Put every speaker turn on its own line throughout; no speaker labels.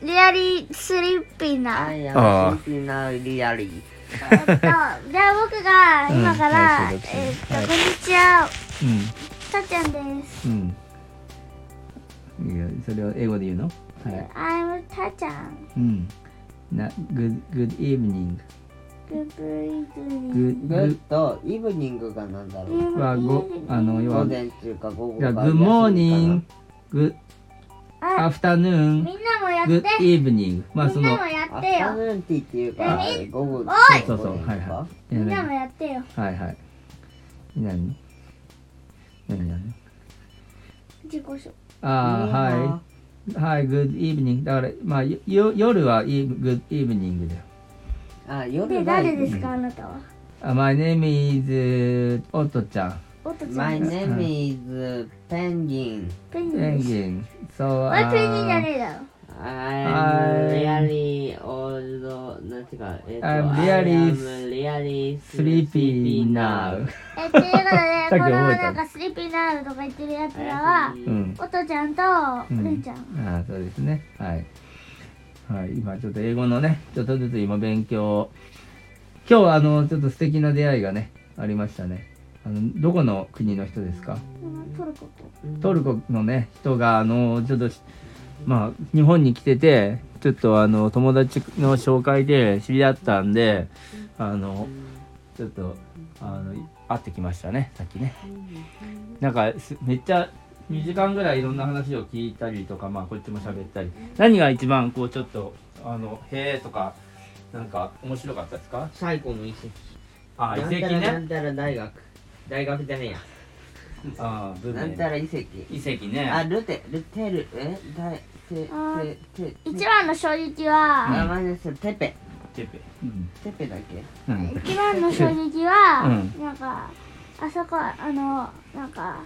リスリッピーな。
I
ああ
am sleeping now, really.
えっと、じゃあ僕が今か
うん
ら、
はいそうです
えっと、
はい
こんにちは、
う
たっちゃんです。
んうんいやそれを英語で言うのはい
I'm たっちゃん。
うんな good good evening
Good evening.
good
Good と evening がなんだろう
Good
はご
evening.
あの要
午
は
前中か午後
じゃ
か
あ good morning good
あ、みん
afternoon
なもやって。
good evening まあ
み
そ
んな
の
もや
ア
って
フタ
よ。
ヌーンティーっていうか
えみ
午後
おい
そうそうはいはえ
みんな
何
もやってよ。
はいはい何何何
自己紹
ああはい
い
はい、good evening。だから、まあ、よ夜は eve- good evening だよ。
あ
介。
夜
で、
は
誰ですか、あなたは。
あ My name is おとちゃん。
おとちゃ
My
んです。
name is Penguin
ペンギ
ペ
ン
ン
です。
ギン。そう、
おい、ペンギンじゃねえだろ。
I'm really old なんていうかえっと
I'm really
I am really
sleepy now。
えっていうことで
さっき覚えた
このなんかスリーピーナールとか言ってるやつらは
うん。
おとちゃんとるんちゃん、
ああ、そうですね。はい。はい、今ちょっと英語のね、ちょっとずつ今勉強を今日はあの、ちょっと素敵な出会いがね、ありましたね。あの、どこの国の人ですか
トルコと
トルコのね人があのちょっとしまあ日本に来ててちょっとあの友達の紹介で知り合ったんであのちょっとあの会ってきましたねさっきねなんかすめっちゃ2時間ぐらいいろんな話を聞いたりとかまあこっちも喋ったり何が一番こうちょっとあのへえとかなんか面白かったですか
最後の遺跡
あ遺跡
なんたらな
ね
んたら大学大学じゃねえや
あー文
なん
明
たら遺跡
遺跡ね
あルテルテルえだいて
あ
てて
一番の衝撃は、
名前ですテペ
テペうん
テペだっけ
うん
一番の衝撃は、
う
なんかあそこあのなんか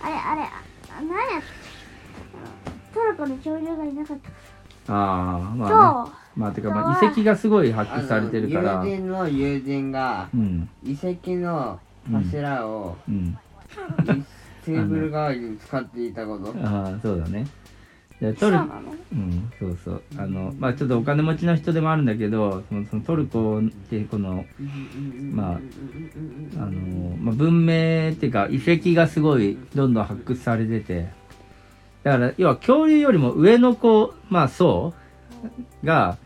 あれあれあなんやトルコの恐竜がいなかった
ああまあ、ね、
と、
まあてかまあ遺跡がすごい発
あ
掘
の
されてるから
友人の友人が
うん
遺跡の柱を
うん
テーブル代わりに使っていたこと
ああそうだねで
そ
ト
う
ル
なの
うんそうそうあのまあちょっとお金持ちの人でもあるんだけどそのそのトルコってこのまああの、まあ、文明っていうか遺跡がすごいどんどん発掘されててだから要は恐竜よりも上のこうまあ層が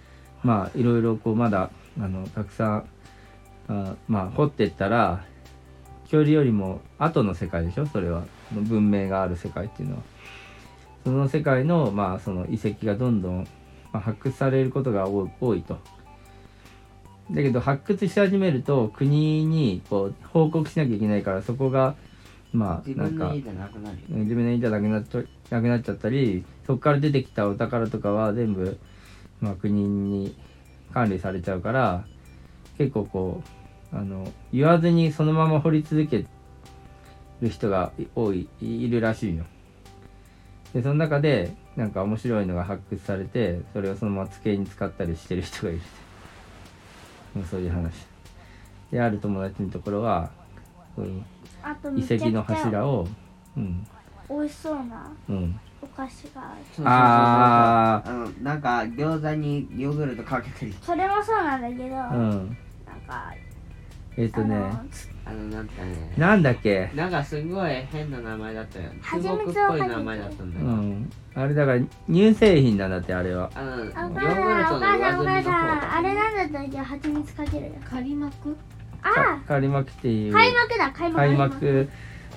まあいろいろこうまだあのたくさんあまあ掘ってったら恐竜よりも後の世界でしょそれはその文明がある世界っていうのはその世界のまあその遺跡がどんどん、まあ、発掘されることが多い多いと。だけど発掘し始めると国にこう報告しなきゃいけないからそこがまあ
自
なん
分
か
の家じゃなくなる
うん自分の家じゃなくなっちゃなくなっちゃったりそこから出てきたお宝とかは全部、まあ、国に管理されちゃうから結構こうあの言わずにそのまま掘り続ける人がい多いいいるらしいよ。でその中でなんか面白いのが発掘されてそれをそのまま机に使ったりしてる人がいる もうそういう話である友達のところはそういう
あとめ
遺
ちゃ
跡の
くちゃ
柱を、うん
美味しそうな
うん、
お菓子がある
そうそうそうそう
あ
あのなんか餃子にヨーグルトかけたり
それもそうなんだけど、
う
なん
ん。
か
えっと
あ
ね、
の
あのなんかね
なんだっけ、
なんかすごい変な名前だったよ
蜂
中
蜜
国
を
っ
かけて
ぽい名前だったん
う
だよ、
ん、あれだから乳製品なんだってあれは。
あのヨ
お母さんお母さんお母さんお母
ーグルトの上澄みの
さん
方
あれなんだったっけ蜂蜜かける
仮幕
あ
カリマキってい
あ
う
開幕だ開幕
開幕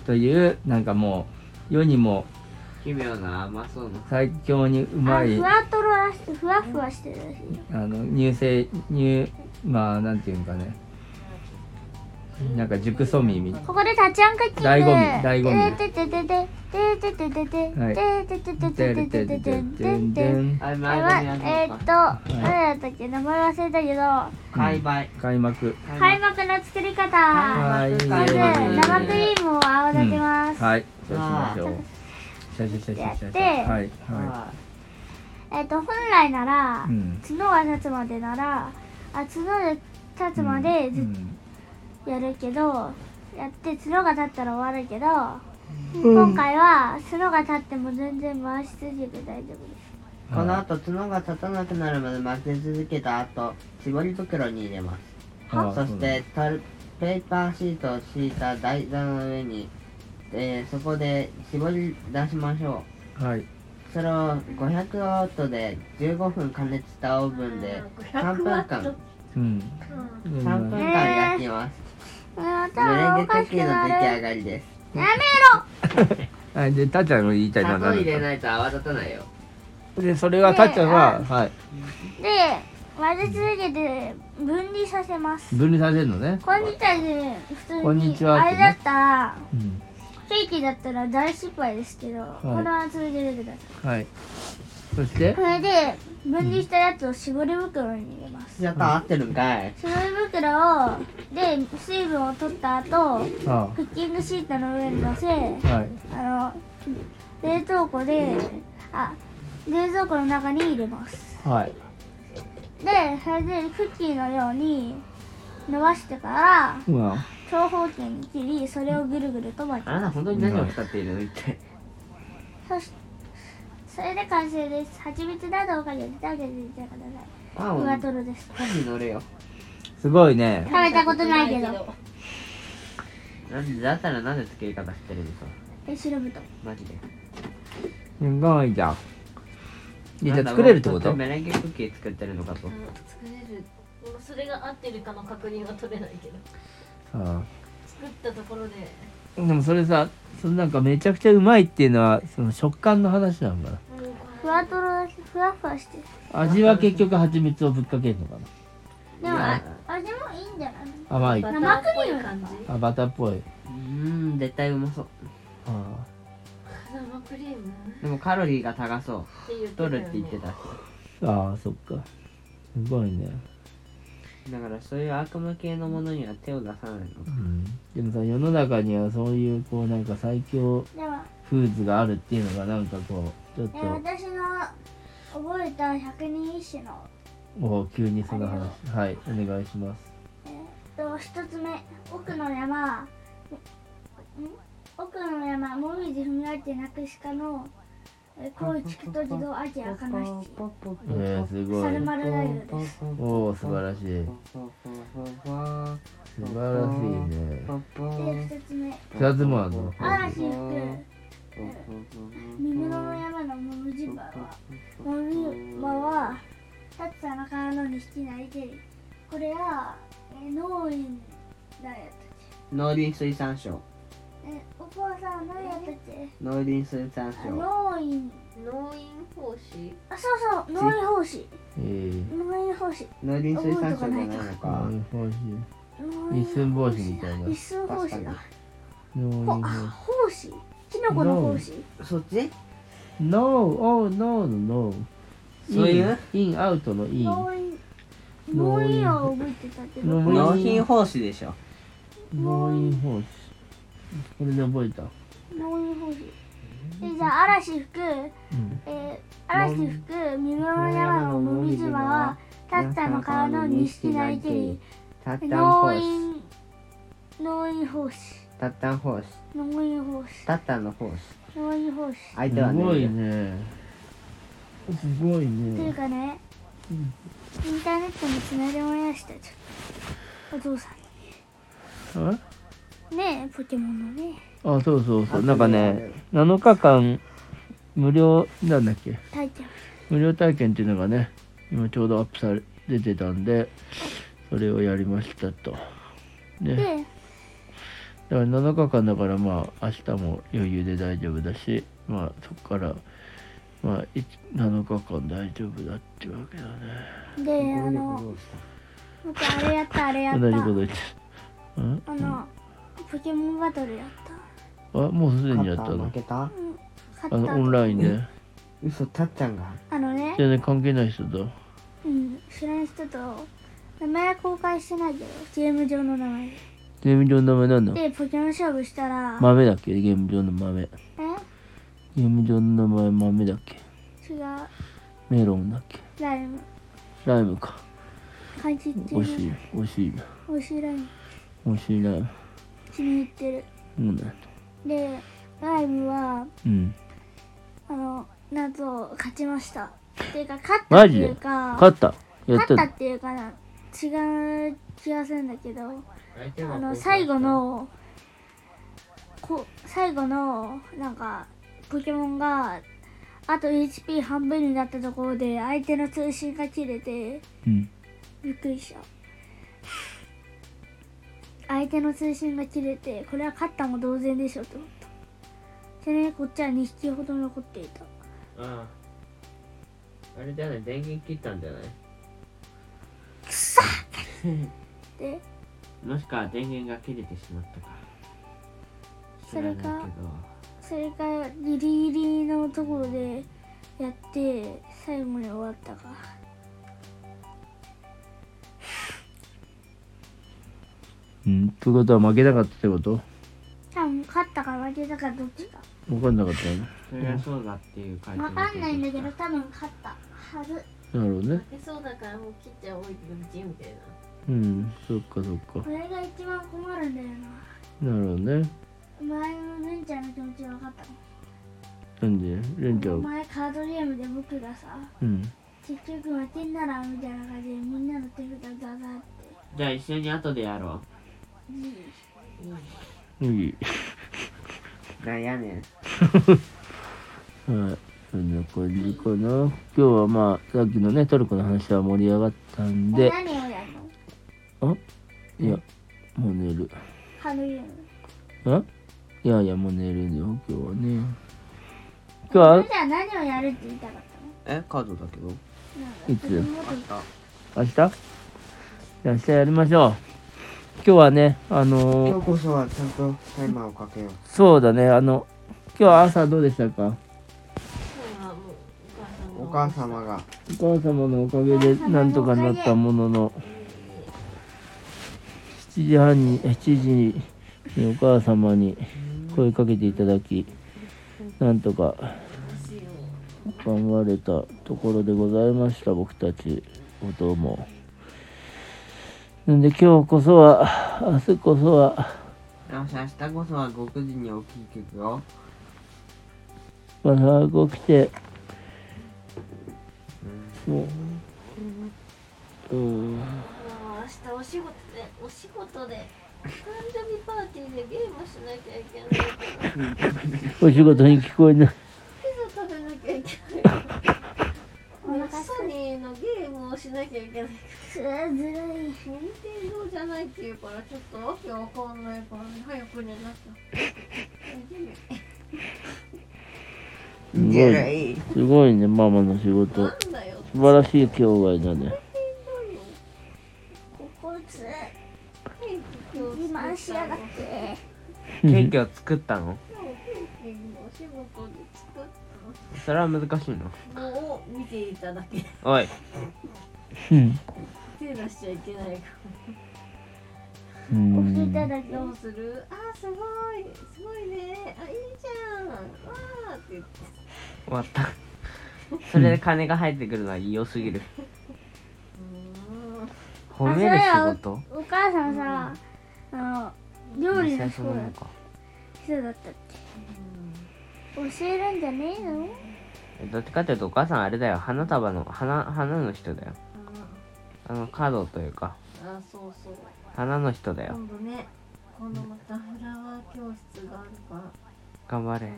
というなんかもう世にも
奇妙な甘そうな
最強にうまい
あふわとろらしてふわふわしてるらしいよ
あの乳製乳まあなんていうんかね、なんか熟ソミみたいな。
ここで立ち上がって
醍醐味醍醐味
ててててててててててて
はい
てててててててててて
あれ
あれ
前
は
髪や
えー
つの
っ
か
と何だったっけ名前忘れたけど
開売
開幕
開幕の作り
は
方
はい
開幕
まず
開幕
生クリームを泡立てます
はいそうしましょう。シャシャシャシャシャシャはいは
は
えっと本来なら
い。うん。
角が立つまでならあ角で立つまでずっと
うん
やるけどやって角が立ったら終わるけど、今回は角が立っても全然回し続けて大丈夫です
この後角が立たなくなるまで混ぜ続けた後絞り袋に入れます
あ
そしてタルペーパーシートを敷いた台座の上に、えーそこで絞り出しましょ
そうなんだはいう
それを500ワットで15分加熱したオーブンで3分間
うん
3分間焼きます
ま
メレン
たお
ゲク
か
ッ
し
キ
く
ーの出来
な
上
る
がりです
やめ
はいでたっちゃんの言いたいの
砂
は
糖
何
入れ
で
ないと泡立たないよ
すかでそれはたっちゃんは、
ね
はい
ろで混ぜ続けて分離させます
分離させるのね、
こんにちはで普通
こんに
に
ちはっ
あ
て
れ
ね
だったら
うん、
ケーキだったら大失敗ですけど、このまま続けてください
はいそして
これで分離したやつを絞り袋に入れます
やった合ってるんかい
絞り袋をで水分を取った後
あ
クッキングシートの上に乗せ
あはい
あの冷凍庫であ冷蔵庫の中に入れます
はい
でそれでクッキーのように伸ばしてから
うわ
長方形に切りそれをぐるぐると巻き
あなた本当に何を使っているの一体
そしそれで完成です蜂蜜などをかけて食べてみてください
パン
ふ
を
わ
パ
とろです
ンに乗れよ
すごいね
食べたことないけど
なんでだったらなんで作り方知ってるんですか
え白豚
マジです
ごいじゃんじゃ
な
あ
んだ
作れるってこ
僕
と
メレンゲクッキー作ってるのかと
あの作れるもうそれが合ってるかの確認は取れないけど
あ
作ったところで
あでもそれさそのなんかめちゃくちゃうまいっていうのはその食感の話なのかな
もうこ
ふわとろだしふわふわしてる
味は結局蜂蜜をぶっかけるのか
で
な
も
いや
あ味もいいんじゃない
甘
れ
い
バ
あ
ターっぽい感じ
バターっぽいう
ーん絶対うまそう
ああ
生クリームっ
でもカロリーが高そう
て言って
太
たよ
るっ
ね
て言ってたし
ああそっかすごいね、
だからそういう悪夢系のものには手を出さないの
うん、でもさ世の中にはそういうこうなんか最強
でも
フーズがあるっていうのがなんかこうちょっ
え私の覚えた百人一首の、
とお急にその話はいお願いします
えーっと一つ目奥の山ん奥の山もみじ踏み割って泣く鹿のえー光一くと自動アジア悲し
えー、すごい
猿丸だよです
おお素晴らしい素晴らしいね
で二つ目
二つもあるの
嵐吹く三室の山のもみじ馬はもみ馬は立つの川のに引きなりてりこれは、えー農園だよ
農林水産省
とえお母さん何やったっけ
農林水産
あ
省
農園
農院奉仕
あそうそう農園奉仕
えー、
農園奉仕
農林水産省じゃないの
かわ
か
いい帽子
農園
一寸法師みたいな
一寸奉仕だ
ノ
ほ
ー
あ奉仕キノコの奉仕
そっち
ノーオーノーのノー
そういう
インアウトのイン
農園農園は覚えてたけど
農園
農品奉仕でしょ
ノーイン法師これで覚えた
農園奉仕えじゃあ嵐吹く、
うん
えー、嵐吹く三室の山のもみじまは立ったの川の錦なりけり
たったん
農
奉仕
園農園奉仕
たったん奉仕
農園奉仕
たったんの奉仕
農園奉仕
相手は
すごい
ね
ねすごい
っていう
ね
かね、インターネットにつないでもらいましたじゃんお父さ
あ
んにねえポケモンのね
あそうそうそうなんかね7日間無料なんだっけ
体験
無料体験っていうのがね今ちょうどアップされ出てたんでそれをやりましたとね
で
だから7日間だからまあ明日も余裕で大丈夫だしまあそこからまあいつ7日間大丈夫だってわけだね
であの僕あれやったあれやっ
同じこと
た
言ってたん
あのポケモンバトルやっ
あもうすでにやった
勝
の
負けた
た
あ
買っ
の
た
オンラインで
嘘たっちゃんが
あのね、
全然関係ない人だ
うん、知らん人と名前は公開してないけどゲーム上の名前
ゲーム上の名前なんだ
ででポケモン勝負したら、
豆だっけゲーム上の豆
え
ゲーム上の名前豆だっけ
違う
メロンだっけ
ライム
ライムか
感じってい
惜
う
しい惜しい
おしいライム
惜しいライム
気に入ってる
そうなんだ
でライムは
うん
あのなんと勝ちましたっていうか勝ったっていうか
勝ったやった
勝ったっていうかな違う気がするんだけどあの最後のこ最後のなんかポケモンがあと HP 半分になったところで相手の通信が切れて
うん
びっくりした相手の通信が切れてこれは勝ったも同然でしょと思ったそれにこっちは2匹ほど残っていた
あああれじゃない電源切ったんじゃない
くさっで
もしくは電源が切れてしまったか
それか
知らないけど
それからギリギリのところでやって最後に終わったか
うんってことは負けなかったってこと
多分勝ったか負けたかどっちか
分かんなかったよね
それはそうだっていう感じ
わかんないんだけど多分勝ったはず
なるほど
負
ね
けそうだからもう切っちゃおいてみたいな
うんそっかそっ
こ
か
れが一番困るんだよな
なるほどね
前のルンちゃんの気持ち分かった
なんでレンちゃ
もん
ん
前カードゲームで僕がさ
うん
結局負けんならみたいな感じでみんなの手札ザザって
じゃあ一緒に後でやろ
いいう
なんやねん
はいそんな感じかな今日はまあさっきのねトルコの話は盛り上がったんで
何をやるの
いやもう寝る
カードゲーム
えいやいやもう寝るよ今日はね今日
ル
は
ンちゃん何をやるって言いたかっ
えカードだけど
た
い
のな
つ
んかもっと
明日じゃあ明日やりましょう今日はねあのー
今日こそはちゃんとタイマーをかけよう
そうだね、あの、今日は朝どうでしたか
今日はも
お
うお
母
母さん
様が
お母様のおかげでなんとかなったものの、7時半に、え7時にお母様に声かけていただき、なんとか頑張れたところでございました、僕たち、おどうも。なんで今日こそは、明日こそは、
よし明日こそは6時に起きてくよ
またご来て、もう、うん。
もう明日お仕事でお仕事で誕生日パーティーでゲームしなきゃいけないから
お仕事に聞こえない。
ピザ食べなきゃいけない
お腹す
ソニーのゲームをしなきゃいけない
ずるい
任天堂じゃないっていうからちょっとわけわかんないから、ね、早く寝なきゃ
すごい。すごいね、ママの仕事。
なんだよ
素晴らしい兄弟だね。
ここずるい
ケーキ今日
自慢しやがっ
今日
て
ケーキを作ったの
ケーキのお仕事で作っ
それは難しいの
たのを見ていただけ
おい
うん。
手出しちゃいけないか
お
う
聞いた
ん。
だけ
らどうするあーすごいすごいねあいいじゃんわーって言って
終わったそれで金が入ってくるのは良すぎる褒める仕事
お母さんさ、あの料理の
実際
人
そ
だ
うなのか
人だったっけ教えるんじゃねえの
どっちかっていうとお母さんあれだよ花束の花花の人だよあのカードというか
あーそうそう
花の人だよ
今度ね今度またフラワー教室があるから
頑張れ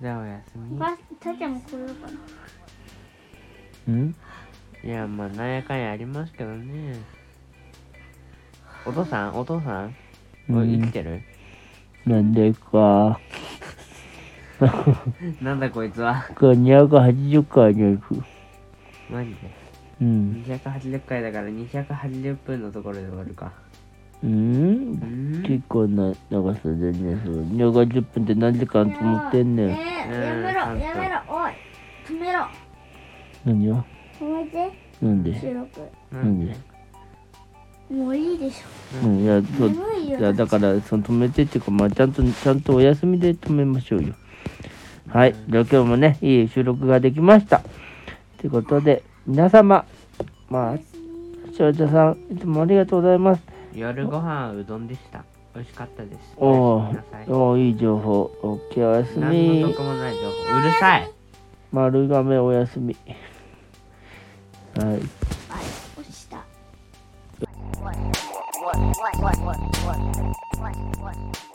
じゃあおやす
お
み
母さんたちゃんも来ようかな
うん。
いやまあなんやかんやありますけどねお父さんお父さん、おい生きてる
なんでか。
なんだこいつは
これ280回に行く。
マジで
うん。
280回だから280分のところで終わるか
うん。
うん
結構な長さだね。そう。280分って何時間と思ってんねん。
ねえやめろ
うん
やめろおい止めろ
何を
止めて
なんで
収録
なんで
もういいでし
うん。いや、
ょ
そう。
眠い
いや
よ
だからその止めてっていうかまあちゃんとちゃんとお休みで止めましょうよはいじゃあ今日もねいい収録ができましたということで皆様まあ視聴者さんいつもありがとうございます
夜ご飯はうどんでした美味しかったです
お
おやすみなさい
おおーいい情報おおやす
何
み
の得もない情報うるさい
丸亀お休み。はい。
はい押した。
what, what, what, what, what, what, what, what, what, what.